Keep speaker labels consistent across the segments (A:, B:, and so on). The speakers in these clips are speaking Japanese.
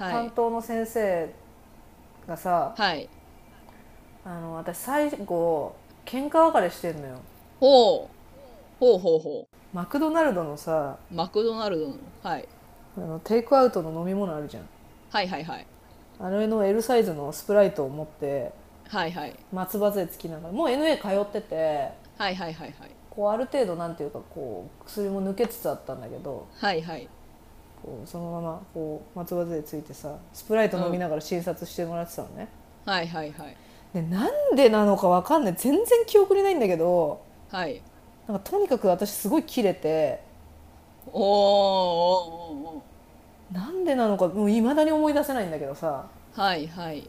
A: の先生がさ
B: はい
A: あの私最後喧嘩別れしてんのよ
B: ほうほうほうほ
A: マクドナルドのさ
B: うマクドナルドの、はい、
A: あのテイクアウトの飲み物あるじゃん
B: はいはいはい
A: あれの L サイズのスプライトを持って
B: はいはい
A: 松葉杖つきながらもう NA 通ってて
B: はいはいはいはい
A: こうある程度なんていうかこう薬も抜けつつあったんだけど
B: はいはい
A: こうそのままこう松葉杖ついてさスプライト飲みながら診察してもらってたのね、
B: はいはいはい
A: でなんでなのかわかんない全然記憶にないんだけど
B: はい
A: なんかとにかく私すごいキレて
B: おーおーお
A: なんでなのかもういまだに思い出せないんだけどさ
B: ーはいはい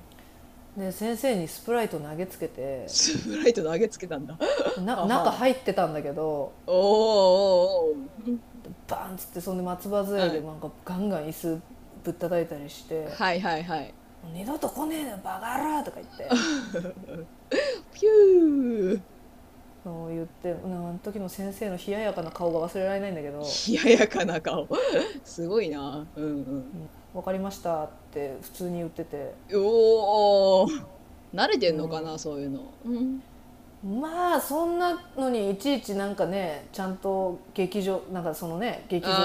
A: で先生にスプライト投げつけ て
B: スプライト投げつけたんだ
A: な
B: あ
A: 中入ってたんだけど
B: おーおーおー
A: バーンっつってそんで松葉杖で
B: うん
A: なんかガンガン椅子ぶったたいたりして
B: はいはいはい
A: 「二度と来ねえよバカ野郎!」とか言って
B: ピュー
A: そう言ってうんあの時の先生の冷ややかな顔が忘れられないんだけど
B: 冷ややかな顔すごいなうん
A: 「分かりました」って普通に言ってて
B: うんおお慣れてんのかな、そういうのうん
A: まあそんなのにいちいちなんかねちゃんと劇場なんかそのね劇場的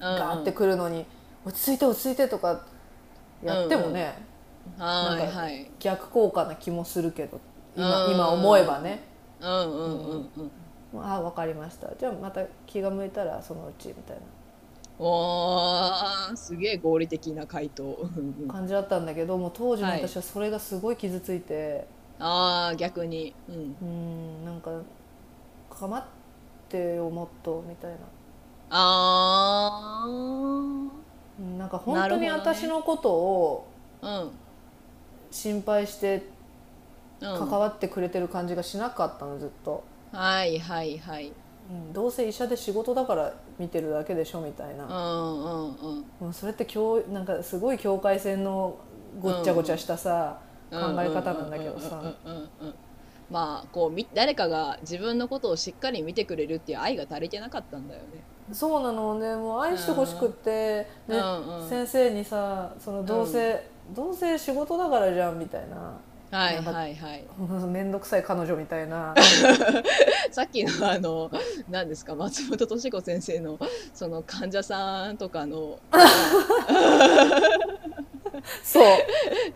A: な
B: な
A: ガーってくるのに「落ち着いて落ち着いて」とかやってもね
B: はい
A: なんか
B: はい
A: 逆効果な気もするけど今
B: うん
A: 今思えばね
B: うんうんうんう
A: 「
B: ん
A: ああ分かりましたじゃあまた気が向いたらそのうち」みたい
B: おーすげえ合理的な回答うんうん
A: な感じだったんだけどもう当時の私はそれがすごい傷ついて、
B: あー逆にうん
A: うんなんか「かまってよもっと」みたいな
B: あ
A: うんなんか本当に
B: なるほどね
A: 私のことを
B: ーうん
A: 心配して
B: う
A: 関
B: ん
A: わってくれてる感じがしなかったのずっと、
B: はいはいはい
A: うん、どうせ医者で仕事だから見てるだけでしょみたいな
B: う、んうんうん
A: もうそれって教なんかすごい境界線のごっちゃごちゃしたさ、考え方なんだけどさ
B: うんうんうんうんうんまあこうみ誰かが自分のことをしっかり見てくれるっていう愛が足りてなかったんだよね。
A: そうなのねもう愛してほしくって、
B: うん
A: ね
B: うん
A: 先生にさそのどうせ、どうせ仕事だからじゃんみたいな
B: はいはいはい。
A: 面倒くさい彼女みたい な
B: さっきのあの何ですか松本敏子先生のその患者さんとかの
A: そう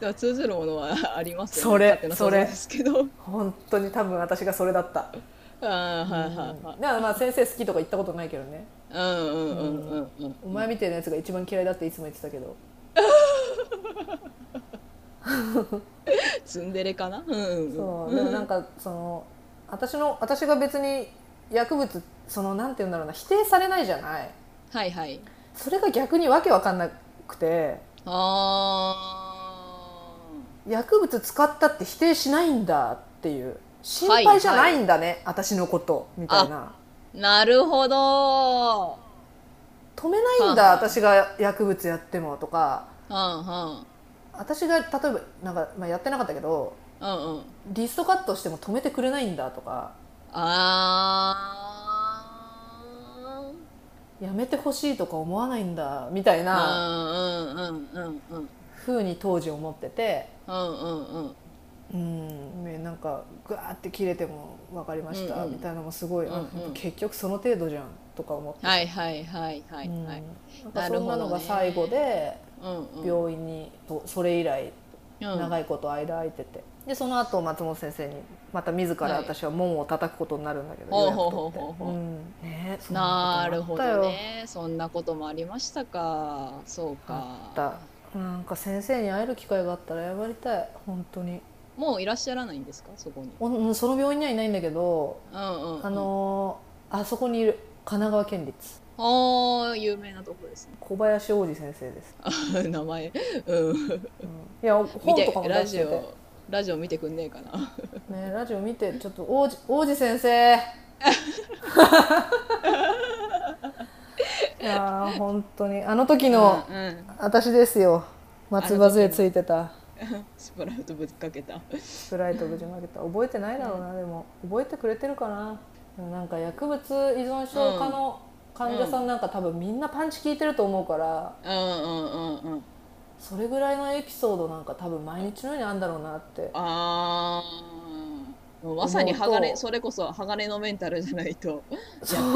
B: では通ずるものはあります
A: それ
B: 勝手な想像
A: それ
B: ですけど。
A: 本当に多分私がそれだった、
B: あーは
A: う
B: い
A: ん
B: はいは
A: だからまあ先生好きとか言ったことないけどね
B: い。うんうんうんうんうん。
A: お前みたいなやつが一番嫌いだっていつも言ってたけど
B: ツンデレかな。うんうん。
A: そうでもなんかその私の私が別に薬物そのなんて言うんだろうな否定されないじゃない
B: はいはい。
A: それが逆にわけわかんなくて
B: ああ。
A: 薬物使ったって否定しないんだっていう心配じゃないんだね、私のことみたいな
B: なるほど。
A: 止めないん
B: は
A: だ
B: あはあ
A: 私が薬物やってもとか
B: うんうん。
A: 私が例えばなんか、まあ、やってなかったけど
B: うんうん。
A: リストカットしても止めてくれないんだとか
B: あ
A: やめてほしいとか思わないんだみたい
B: あ。
A: な
B: うんうんうんうん
A: 風に当時思ってて。
B: うんうんうん。
A: うんね、なんかガーって切れても分かりました、
B: うんうん
A: みたいなのもすごい、あ
B: うんうん
A: やっぱ結局その程度じゃんとか思って、
B: はいはいはいはい
A: うん
B: はい。
A: なんかそんなのが最後で、
B: うんうん。
A: 病院にとそれ以来
B: うん
A: 長いこと間空いてて、でその後松本先生にまた自ら
B: はい
A: 私は門を叩くことになるんだけど、
B: ほう
A: 予約
B: ほう
A: 取って
B: ほうほうほう
A: うんねそん
B: なる
A: こと
B: ほ
A: もあったよ
B: どね。そんなこともありましたか。そう
A: あ
B: か。
A: ったなんか先生に会える機会があったら謝りたい本当に
B: もういらっしゃらないんですかそこに。
A: おうんその病院にはいないんだけど
B: うんうんうん。
A: あのーあそこにいる神奈川県立
B: あー有名なとこですね。
A: 小林王子先生です、
B: 名前。うん。
A: うんいや
B: 見
A: 本
B: て
A: とかも
B: ラ
A: 出し
B: ジ
A: ててね
B: オラジオ見てくんねえかな。
A: ラジオ見てちょっと王子王子先生いやー本当にあの時の
B: うんうん。
A: 私ですよ松葉杖ついてた
B: スプラウトぶっかけた。
A: スプライトぶちまけた覚えてないだろうな、でも覚えてくれてるかなでもなんか薬物依存症科の患者さんなんか多分みんなパンチ効いてると思うから、
B: うんうんうんうん。
A: それぐらいのエピソードなんか多分毎日のようにあんだろうなって
B: あーもうまさに
A: 思うと
B: 鋼それこそ鋼のメンタルじゃないとや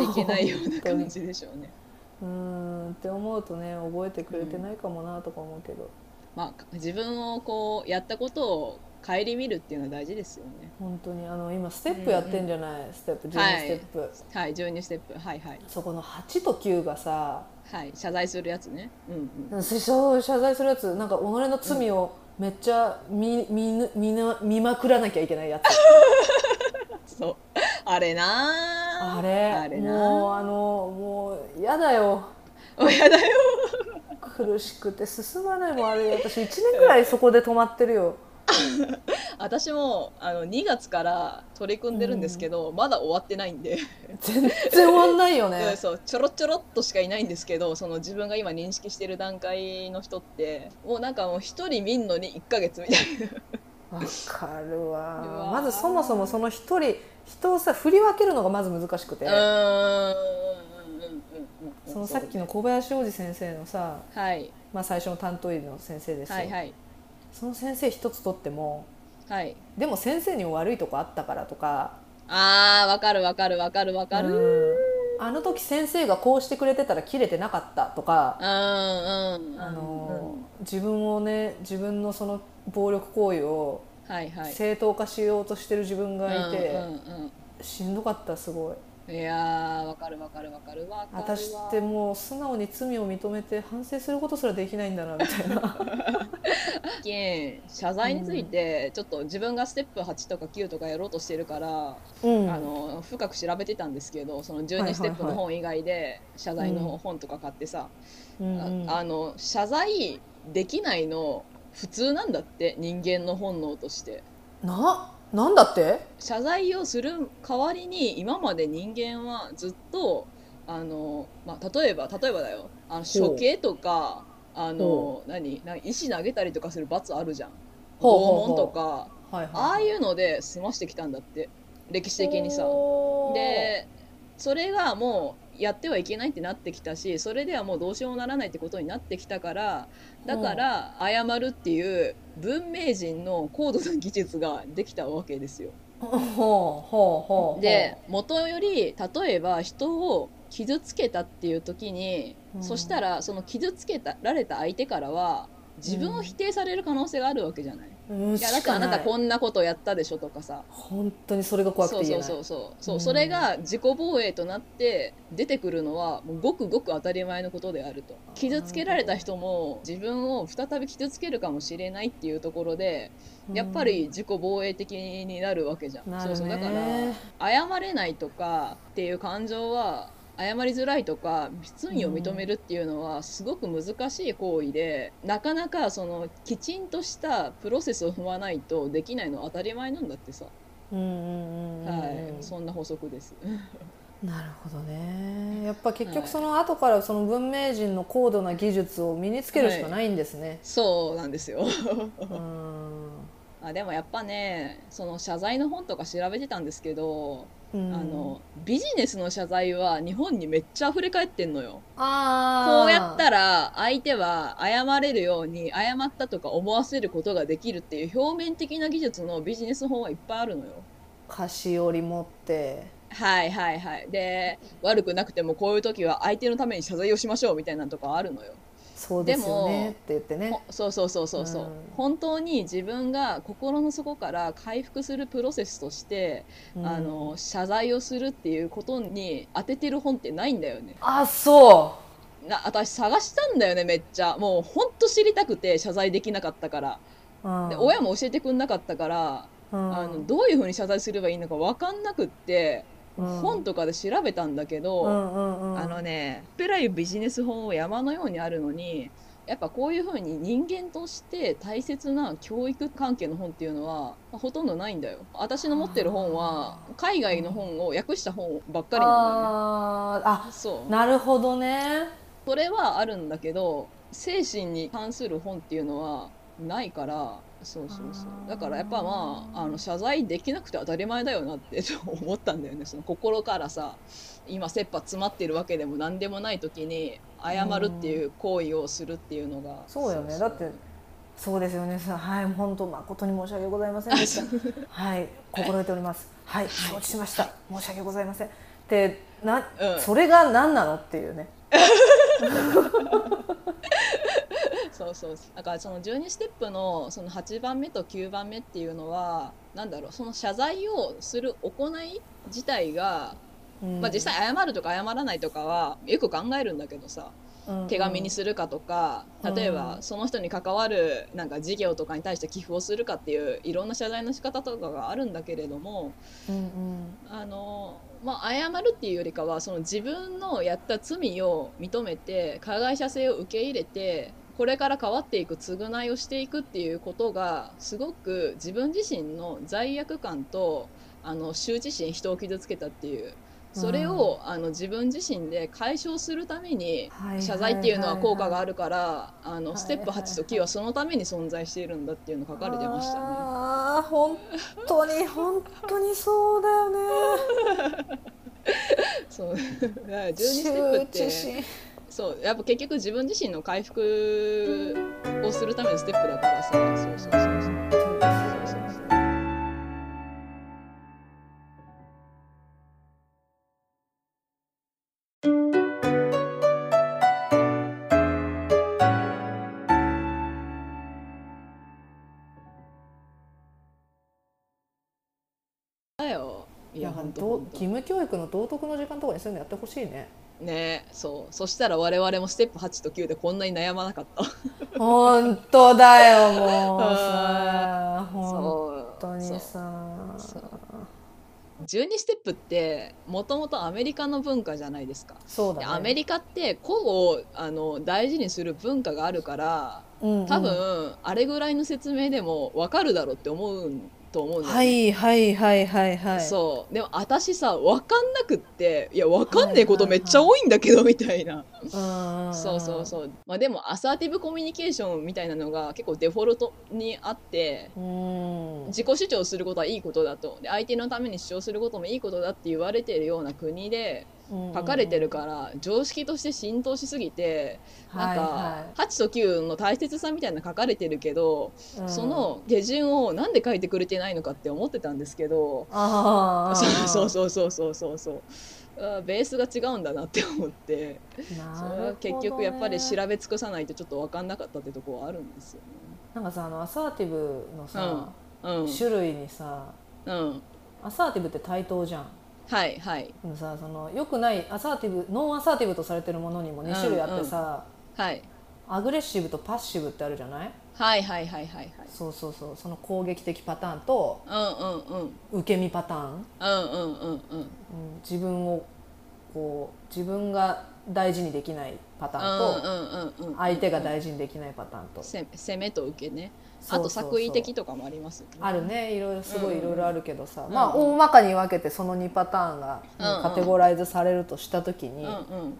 B: っていけないような感じでしょうね。
A: うーんって思うとね覚えてくれてないかもなとか思うけど、
B: まあ、自分をこうやったことを顧みるっていうのは大事ですよね。
A: 本当にあの今ステップやってんじゃない、ステップ12
B: はい
A: ステップ、
B: はい、12ステップ、はいはい、
A: そこの8と9がさ
B: はい、謝罪するやつね。うんうん、
A: そう謝罪するやつなんか己の罪をめっちゃ見見ぬ見な見まくらなきゃいけないやつ
B: そう、 あれなー
A: あれ
B: あれ
A: もう
B: な
A: あのもうやだよ
B: ー 親だよ。
A: 苦しくて進まないもんあれ私1年くらいそこで止まってるよ
B: 私もあの2月から取り組んでるんですけど、まだ終わってないんで、
A: 全然終わんないよ
B: うん
A: ね
B: そうちょろちょろっとしかいないんですけどその自分が今認識してる段階の人ってもうなんかもう一人見んのに1ヶ月みたい
A: わかる
B: う
A: わ
B: わ
A: まずそもそもその一人人をさ振り分けるのがまず難しくて、
B: な。うーんうんうんうんうん
A: そのさっきの小林王子先生のさ、
B: はい
A: まあ、最初の担当医の先生ですよ、
B: はいはい
A: その先生一つとっても
B: はい。
A: でも先生に悪いとこあったからとか
B: あーわかるわかるわかるわかる。うん
A: うんあの時先生がこうしてくれてたら切れてなかったとか、
B: うん
A: あの自分をね自分のその暴力行為を
B: うんはいはい。
A: 正当化しようとしてる自分がいて、
B: うんうん
A: しんどかったすごい
B: うん、いやーわかるわかるわかるわかるわ。
A: 私ってもう素直に罪を認めて反省することすらできないんだなみたいな
B: 件謝罪についてちょっと自分がステップ8とか9とかやろうとしてるから、
A: うん
B: あの深く調べてたんですけどその
A: はいはい
B: 12ステップの本以外で謝罪の本とか買ってさ、
A: うんうん
B: ああの謝罪できないの普通なんだって人間の本能として。
A: ななんだって
B: 謝罪をする代わりに今まで人間はずっとあの、まあ、例えば例えばだよあの処刑とかあの
A: ほ
B: 何何石投げたりとかする罰あるじゃん
A: ほうほう
B: 拷
A: ほ
B: 問
A: う
B: とか
A: はいはい
B: ああいうので済ましてきたんだって歴史的にさ。
A: おー
B: でそれがもうやってはいけないってなってきたしそれではもうどうしようもならないってことになってきたからだから謝るっていう文明人の高度な技術ができたわけですよ。
A: ほうほうほうほう
B: で元より例えば人を傷つけたっていう時に、
A: うん
B: そしたらその傷つけたられた相手からは自分を否定される可能性があるわけじゃない。
A: うん
B: いやだってあなた
A: しか
B: こ
A: い
B: んなことやったでしょとかさ
A: 本当にそれが怖く
B: そう
A: て言
B: そ
A: え
B: う
A: ない
B: そうそうそううんそれが自己防衛となって出てくるのはもうごくごく当たり前のことであると傷つけられた人も自分を再び傷つけるかもしれないっていうところでやっぱり自己防衛的になるわけじゃん、
A: なる
B: そ
A: ね
B: うそうだから謝れないとかっていう感情は謝りづらいとか失意を認めるっていうのはすごく難しい行為で、なかなかそのきちんとしたプロセスを踏まないとできないのは当たり前なんだってさ、
A: うんうんうんうんうん
B: はいそんな法則です
A: なるほどねやっぱ結局その後からその文明人の高度な技術を身につけるしかないんですね、
B: そうなんですよ
A: うん
B: あでもやっぱねその謝罪の本とか調べてたんですけど、
A: うん
B: あのビジネスの謝罪は日本にめっちゃ溢れ返ってんのよ
A: あー
B: こうやったら相手は謝れるように謝ったとか思わせることができるっていう表面的な技術のビジネス法はいっぱいあるのよ。
A: 菓子折り持って
B: はいはいはい。で悪くなくてもこういう時は相手のために謝罪をしましょうみたいなのとかあるのよ。
A: そうですよねって言ってね
B: ほそうそうそうそうそう、
A: うん
B: 本当に自分が心の底から回復するプロセスとして、
A: うん
B: あの謝罪をするっていうことに当ててる本ってないんだよね。
A: あそ
B: な私探したんだよねめっちゃもう本当知りたくて謝罪できなかったから。
A: う、うん
B: で親も教えてくれなかったから、
A: うん
B: あのどういうふうに謝罪すればいいのか分かんなくって、
A: うん
B: 本とかで調べたんだけ
A: う
B: ど、
A: んうんうん
B: あのねペライビジネス本を山のようにあるのにやっぱこういうふうに人間として大切な教育関係の本っていうのはまあほとんどないんだよ私の持ってる本は海外の本を訳した本ばっかりなんだよね
A: あーあ
B: そう
A: なるほどね
B: それはあるんだけど精神に関する本っていうのはないからそうそうそうだからやっぱまああの謝罪できなくて当たり前だよなって ちょっと思ったんだよねその心からさ今切羽詰まってるわけでも何でもない時に謝るっていう行為をするっていうのが
A: そうよねだってそうですよねさはい本当誠に申し訳ございませんで したはい心得ておりますはい承知しました申し訳ございませんってな、
B: うん
A: それが何なのっていうね
B: そうそうだからその12ステップのその8番目と9番目っていうのはなんだろうその謝罪をする行い自体が、
A: うん
B: まあ、実際謝るとか謝らないとかはよく考えるんだけどさ
A: うん
B: 手紙にするかとか
A: うん
B: 例え
A: う
B: ば
A: ん
B: その人に関わるなんか事業とかに対して寄付をするかっていういろんな謝罪の仕方とかがあるんだけれども
A: うんうん
B: あの、まあ、謝るっていうよりかはその自分のやった罪を認めて加害者性を受け入れてこれから変わっていく償いをしていくっていうことがすごく自分自身の罪悪感とあの羞恥心人を傷つけたっていうそれを、あの自分自身で解消するために
A: はいはいはいはい
B: 謝罪っていうのは効果があるからあ
A: はいはいはい
B: のステップ8と9はそのために存在しているんだっていうの書かれてましたね。
A: あー本当に本当にそうだよね
B: そう 12ステップって
A: 羞恥心
B: そうやっぱ結局自分自身の回復をするためのステップだからさそうそうそうそうそうそうそうだよい
A: い
B: や
A: や
B: 本
A: ど
B: 当
A: う義務教育の道徳の時間とかにそういうのやってほしいね
B: ねそうそしたら我々もステップ8と9でこんなに悩まなかった
A: 本当だよもうさ本
B: そう
A: 当に
B: そう
A: さ
B: そ
A: そう
B: 12ステップってもともとアメリカの文化じゃないですか、
A: う
B: で
A: だね
B: アメリカって個をあの大事にする文化があるから
A: うんうん
B: 多分、あれぐらいの説明でも分かるだろうって思うと思うんだよね
A: はいはいはいはいはい
B: そうでも私さ分かんなくっていや分かんねえことめっちゃ多いんだけどみたいな
A: うん
B: そうそうそう、まあ、でもアサーティブコミュニケーションみたいなのが結構デフォルトにあって
A: うん
B: 自己主張することはいいことだとで相手のために主張することもいいことだって言われてるような国で書かれてるから常識として浸透しすぎてなん
A: はい
B: か
A: はい
B: 8と9の大切さみたいなの書かれてるけど
A: うん
B: その手順をなんで書いてくれてないのかって思ってたんですけど
A: ああ
B: そうそうそうそうそうそうあーベースが違うんだなって思って。それは結局やっぱり調べ尽くさないとちょっと分かんなかったってとこはあるんですよ
A: なんかさあのアサーティブのさ、
B: ね。
A: 種類にさ
B: うん、うん、
A: アサーティブって対等じゃん
B: はいはい
A: でもさそのよくないアサーティブノンアサーティブとされてるものにも2種類あってさ、
B: はい
A: アグレッシブとパッシブってあるじゃない
B: はいはいはいはいはい。
A: そうそうそうその攻撃的パターンと
B: うんうんうん
A: 受け身パターン、うん
B: うんうんうんうん
A: 自分をこう自分が大事にできないパターンと、
B: うんうんうん
A: 相手が大事にできないパターンと、
B: せ攻めと受けね。
A: そ
B: あ
A: うそ
B: と
A: うそう
B: 作為的とかもありますよね。
A: あるねいろいろすご
B: うん
A: い
B: うん
A: いろいろあるけどさ、
B: ん
A: まあ大まかに分けてその2パターンが
B: うんうん
A: カテゴライズされるとした時に、
B: うんうん。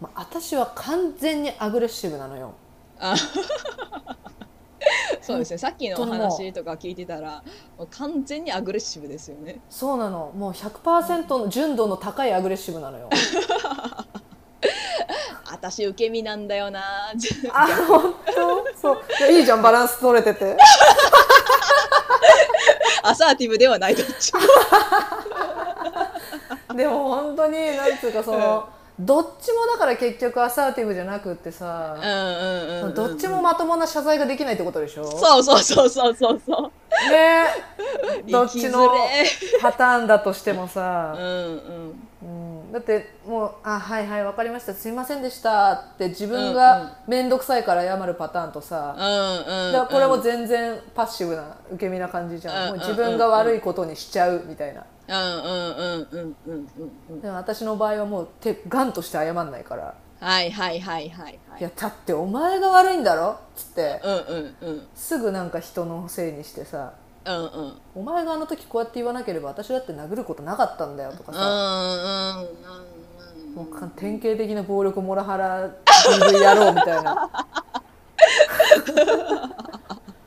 A: まあ、私は完全にアグレッシブなのよ
B: あそうですね。さっきのお話とか聞いてたら、もう完全にアグレッシブですよね。
A: そうなのもう100%の純度の高いアグレッシブなのよ
B: 私受け身なんだよな。
A: あ本当そういやいいじゃんバランス取れて て
B: アサーティブではないどっちも。
A: でも本当になんつうかその、どっちもだから結局アサーティブじゃなくってさ
B: う、んうんうんうん。
A: どっちもまともな謝罪ができないってことでしょ
B: そうそうそうそうそうそう。
A: ねどっちの
B: 生き
A: パターンだとしても
B: づ
A: さ、
B: れうんうん。
A: うん、だってもう「あはいはい分かりましたすいませんでした」って自分
B: うんうん
A: が面倒くさいから謝るパターンとさ、
B: うんうん。
A: だからこれも全然パッシブな受け身な感じじゃん、
B: うん
A: もう自分が悪いことにしちゃうみたいな、
B: うんうんうんうんうんうんうん。
A: でも私の場合はもう手ガンとして謝んないから「
B: はいはいはいはいはいい。
A: やだってお前が悪いんだろ」っつって
B: うんうんうん
A: すぐなんか人のせいにしてさ
B: うんうん。
A: 「お前があの時こうやって言わなければ私だって殴ることなかったんだよ」とか
B: うん
A: さ、
B: うんうんう
A: も
B: ん。
A: うか典型的な暴力モラハラ DV 野郎みたいな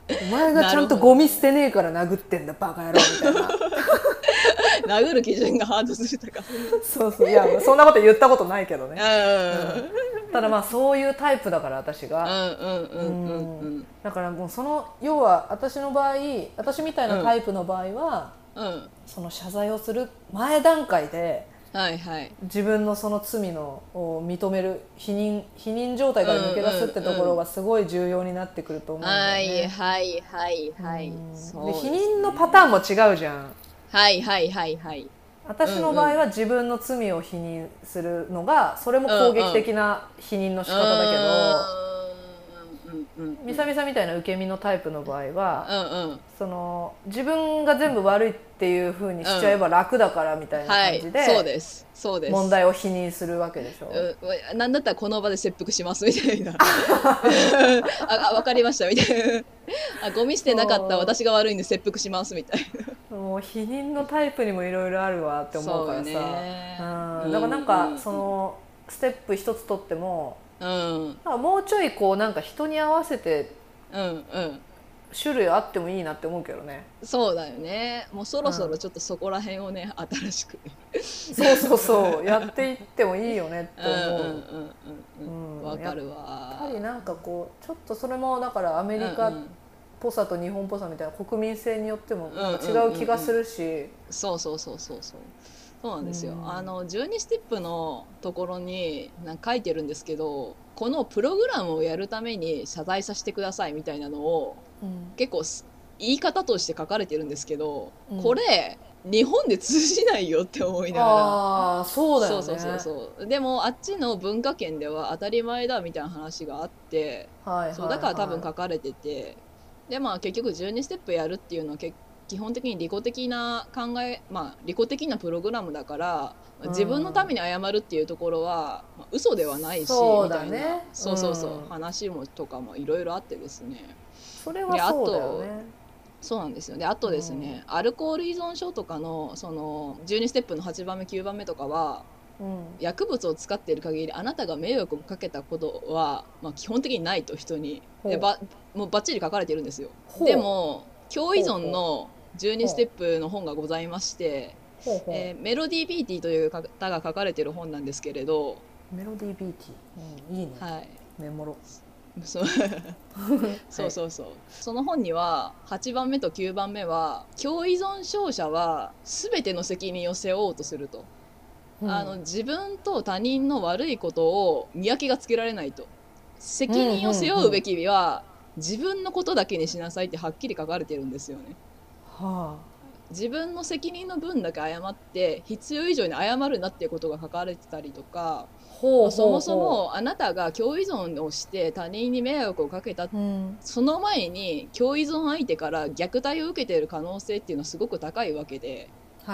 A: お前がちゃんとゴミ捨てねえから殴ってんだバカ野郎みたいな
B: 殴る基準がハードすぎたか
A: そうそういやそんなこと言ったことないけどね
B: ら。
A: ただまあそういうタイプだから私
B: う
A: が、
B: んうんうんうんうん
A: だからもうその要は私の場合私みたいなタイプの場合は、
B: うん。
A: その謝罪をする前段階で
B: はいはい。
A: 自分のその罪のを認める否認否認状態から抜け出すってところがすごい重要になってくると思うん
B: は
A: だよ
B: い
A: ね。
B: はいはいは
A: う
B: い。
A: んで
B: そうです
A: 否
B: ね
A: 認のパターンも違うじゃん
B: はいはいはいはい。
A: 私の場合は自分の罪を否認するのがそれも攻撃的な否認の仕方だけど
B: うんうんうんうん。
A: みさみさみたいな受け身のタイプの場合は
B: うんうん。
A: その自分が全部悪いっていうふうにしちゃえば楽だからみたいな
B: は
A: 感
B: い
A: じ。
B: そう
A: で
B: です。そうです。
A: 問題を否認するわけでしょ。
B: うんなんだったらこの場で切腹しますみ たいなああ分かりましたみたいなあゴミ捨てなかった
A: そう
B: 私が悪いんで切腹しますみたいな
A: もう否認のタイプにもいろいろあるわって思うからさ
B: そうよね
A: うん、だからなんか、
B: うん
A: そのステップ一つとっても
B: うんうん
A: なんかもうちょいこうなんか人に合わせて
B: うん
A: 種類あってもいいなって思うけどね
B: そうだよねもうそろそろちょっとそこら辺をね新しく
A: そう そうそうやっていってもいいよねって
B: うんうん
A: 思う。
B: うんうんうん
A: うん
B: わかる
A: や
B: わ
A: っぱりなんかこうちょっとそれもだからアメリカ
B: う
A: っ
B: んうん
A: ぽさと日本っぽさみたいな国民性によってもなんか
B: うんうん
A: 違
B: うん
A: う
B: うん
A: 気がするし
B: そうそうそうそうそうそうなんですよ、
A: うん
B: あの12ステップのところになんか書いてるんですけどこのプログラムをやるために謝罪させてくださいみたいなのを
A: うん
B: 結構す言い方として書かれてるんですけど、
A: うん
B: これ日本で通じないよって思いながら。
A: ああそうだよね
B: そうそうそうそうでもあっちの文化圏では当たり前だみたいな話があって
A: はいはいはい
B: そうだから多分書かれててでまあ結局12ステップやるっていうのはけ基本的に利己的な考えまあ利己的なプログラムだからまあ自分のために謝るっていうところは、まあ、嘘ではないし
A: そう
B: み
A: だ
B: た
A: ね
B: いなそうそうそう、
A: うん
B: 話もとかもいろいろあってですね
A: それはそうだよね
B: そうなんですよねあとですね、アルコール依存症とかのその12ステップの8番目9番目とかは
A: うん
B: 薬物を使っている限りあなたが迷惑をかけたことは、まあ、基本的にないと人に
A: ほう
B: でばもうバッチリ書かれてるんですよ
A: ほう
B: でも共依存の
A: ほう
B: 12ステップの本がございまして、
A: ほうほう
B: えーメロディー・ビーティーという方が書かれてる本なんですけれど、
A: メロディービーティー、うん、いいね、
B: はい、
A: メモロ
B: そう そうそうそう、その本には8番目と9番目は共依存症者は全ての責任を背負おうとすると、
A: うん
B: あの自分と他人の悪いことを見分けがつけられないと責任を背負うべきは、自分のことだけにしなさいってはっきり書かれてるんですよね
A: は
B: 自分の責任の分だけ謝って必要以上に謝るなっていうことが書かれてたりと
A: あ
B: か
A: ほうほうほう
B: そもそ、もあなたが共依存をして他人に迷惑をかけた
A: うん、
B: その前に共依存相手から虐待を受けている可能性っていうのはすごく高いわけで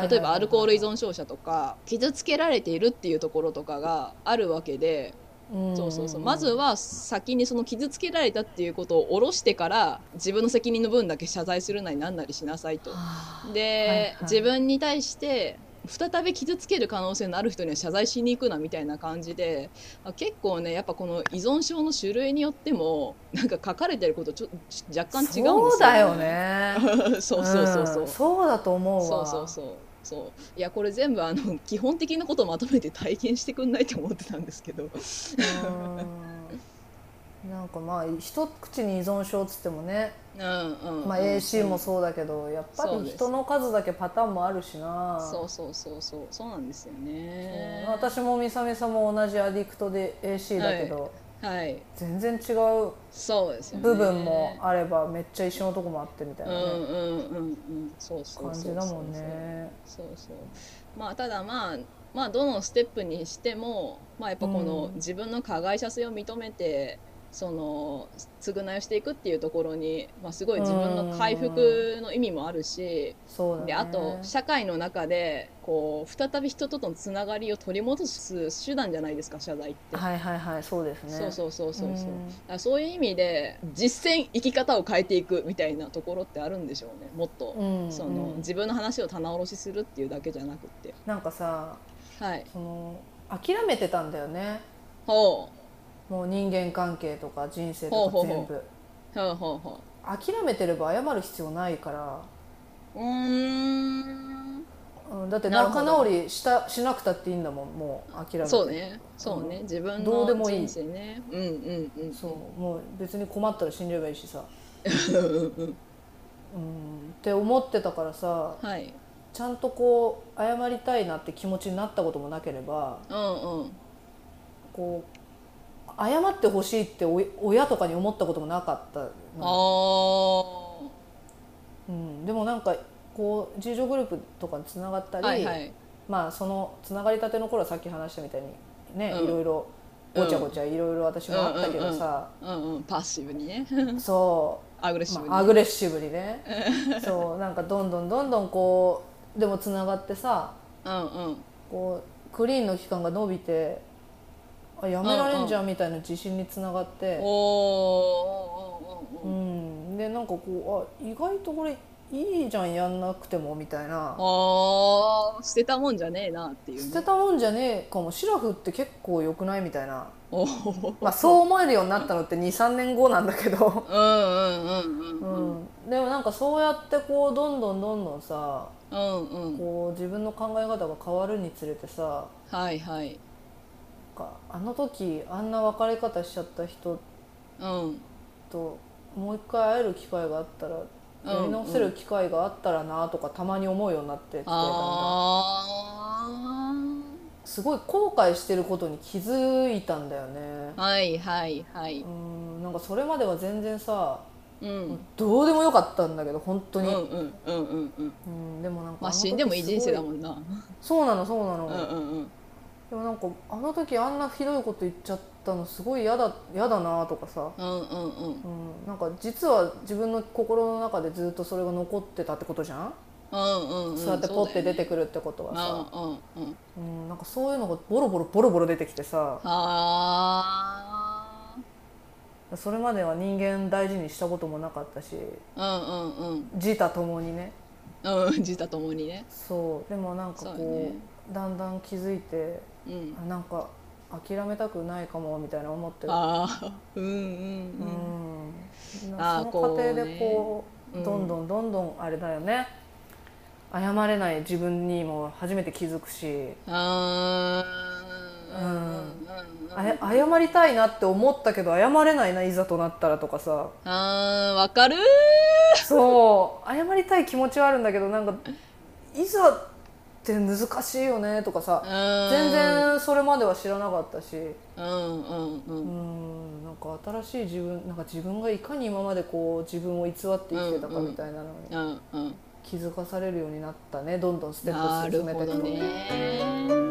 B: 例えばアルコール依存症者とか傷つけられているっていうところとかがあるわけで
A: うん
B: そうそうそうまずは先にその傷つけられたっていうことを下ろしてから自分の責任の分だけ謝罪するなりなんなりしなさいと。
A: はあ
B: で、
A: はいはい
B: 自分に対して再び傷つける可能性のある人には謝罪しに行くなみたいな感じであ結構ねやっぱこの依存症の種類によってもなんか書かれてることちょち若干違うんですよ、
A: そうだよね
B: そうそうそうそう、
A: んそうだと思う
B: そう
A: わ
B: そうそうそういやこれ全部あの基本的なことをまとめて体験してくんないと思ってたんですけど
A: うんなんかまあ一口に依存症っつってもね、
B: うんうん、
A: まあ、
B: うん
A: AC もそうだけどやっぱ
B: そう
A: り
B: です
A: 人の数だけパターンもあるしな
B: そうそうそうそうそうなんですよ
A: うん
B: ね
A: 私もみさみさんも同じアディクトで AC だけど、
B: はい
A: 全然違う
B: そうですよね
A: 部分もあればめっちゃ一緒のとこもあってみたいな、ね
B: うんうんうんうんそうそう
A: 感
B: そう
A: じだもんね。
B: そうそうまあただまあまあどのステップにしてもまあやっぱこの
A: うん
B: 自分の加害者性を認めて、その償いをしていくっていうところに、まあ、すごい自分の回復の意味もあるし、
A: そうだね。
B: であと社会の中でこう再び人とのつながりを取り戻す手段じゃないですか謝罪って、
A: はいはいはいそうですね。
B: そうそうそうそうそう
A: うん
B: だからそういう意味で実践生き方を変えていくみたいなところってあるんでしょうねもっと、
A: うん
B: そうの
A: ん
B: 自分の話を棚卸しするっていうだけじゃなくって
A: なんかさ
B: はい
A: その諦めてたんだよね。
B: ほ
A: もう人間関係とか人生とか
B: ほう
A: 全
B: ほう
A: 部
B: ほうほうほ
A: 諦めてれば謝る必要ないから、
B: うーん
A: うん、だって
B: なるほ
A: 仲
B: ど
A: 直りしたしなくたっていいんだもんもう諦めて
B: そうねそうね、自分
A: どうで
B: の
A: もいい
B: 人生ねうんうんうん
A: そうもう別に困ったら死んじゃえばいいし さ、
B: うんうん
A: うん、って思ってたからさ
B: はい
A: ちゃんとこう謝りたいなって気持ちになったこともなければ
B: うんうん
A: こう謝ってほしいってお親とかに思ったこともなかったの
B: ああ
A: うん、でもなんかこう自助グループとかにつながったり、
B: はいはい
A: まあそのつながりたての頃はさっき話したみたいにね、
B: うん
A: いろいろごちゃごちゃいろいろ私もあったけどさ、
B: うんうんパッシブにね
A: そ
B: アグレッシブ
A: う、
B: に、
A: まあ、アグレッシブにねそうなんかどんどんどんどんこうでもつながってさ
B: うんうん
A: こうクリーンの期間が伸びてあやめられんじゃんみたいな自信につながって、
B: おーおーおーおー
A: う
B: おー
A: ん、でなんかこうあ意外とこれいいじゃんやんなくてもみたいな。
B: あー捨てたもんじゃねえなっていうね、
A: 捨てたもんじゃねえかもシラフって結構良くないみたいな、
B: おー
A: まあ、そう思えるようになったのって23年後なんだけど、
B: うん
A: う
B: うんうんうんうん
A: ん、でもなんかそうやってこうどんどんどんどんさ
B: うんうん
A: こう自分の考え方が変わるにつれてさ
B: はいはい
A: なんかあの時あんな別れ方しちゃった人
B: うん
A: ともう一回会える機会があったら
B: うん
A: やり直せる機会があったらなとかたまに思うようになってきて
B: あ
A: すごい後悔してることに気づいたんだよね
B: あはいはいはい
A: うんなんかそれまでは全然さ
B: うんうん
A: どうでもよかったんだけど本当
B: うん
A: に、
B: う
A: うん
B: んうんうん
A: でもなんか
B: まあ
A: の時
B: 死んでもいい人生だ
A: す
B: もんな
A: ごいそうなのそうなの、
B: うんうんうん
A: でもなんかあの時あんなひどいこと言っちゃったのすごい嫌だ嫌だなとかさ、
B: うんう
A: う
B: んうん
A: ん、なんか実は自分の心の中でずっとそれが残ってたってことじゃん、
B: うんうんうん
A: そうやってポッて出て
B: く
A: くるってことはさ
B: うんうんうん
A: う、ん、なんかそういうのがボロボロボロボロ出てきてさ
B: あ
A: それまでは人間大事にしたこともなかったし
B: あうんうんうん
A: 自他ともにね
B: うん自他ともにね
A: そうでもなんかこ
B: そう
A: う
B: ね
A: だんだん気づいて
B: うん
A: あなんか諦めたくないかもみたいな思ってる
B: ああうんう
A: う
B: んうん
A: ん、な
B: あ
A: その
B: ー
A: 過程でこ
B: こ
A: う
B: ね
A: どんどんどんどんあれだよね謝れない自分にも初めて気づくし、
B: あ
A: あや謝りたいなって思ったけど謝れないないざとなったらとかさ
B: あーわかる
A: そう謝りたい気持ちはあるんだけどなんかいざって難しいよねとかさ全
B: 全
A: 然それまでは知らなかったし。
B: うんうんう
A: うんんなんか新しい自分なんか自分がいかに今までこう自分を偽って生きてたかみたいなのに
B: うんうん
A: 気づかされるようになったねどんどんステッ
B: な
A: プ
B: る
A: 進め
B: ほ
A: てい
B: ど
A: くの
B: ね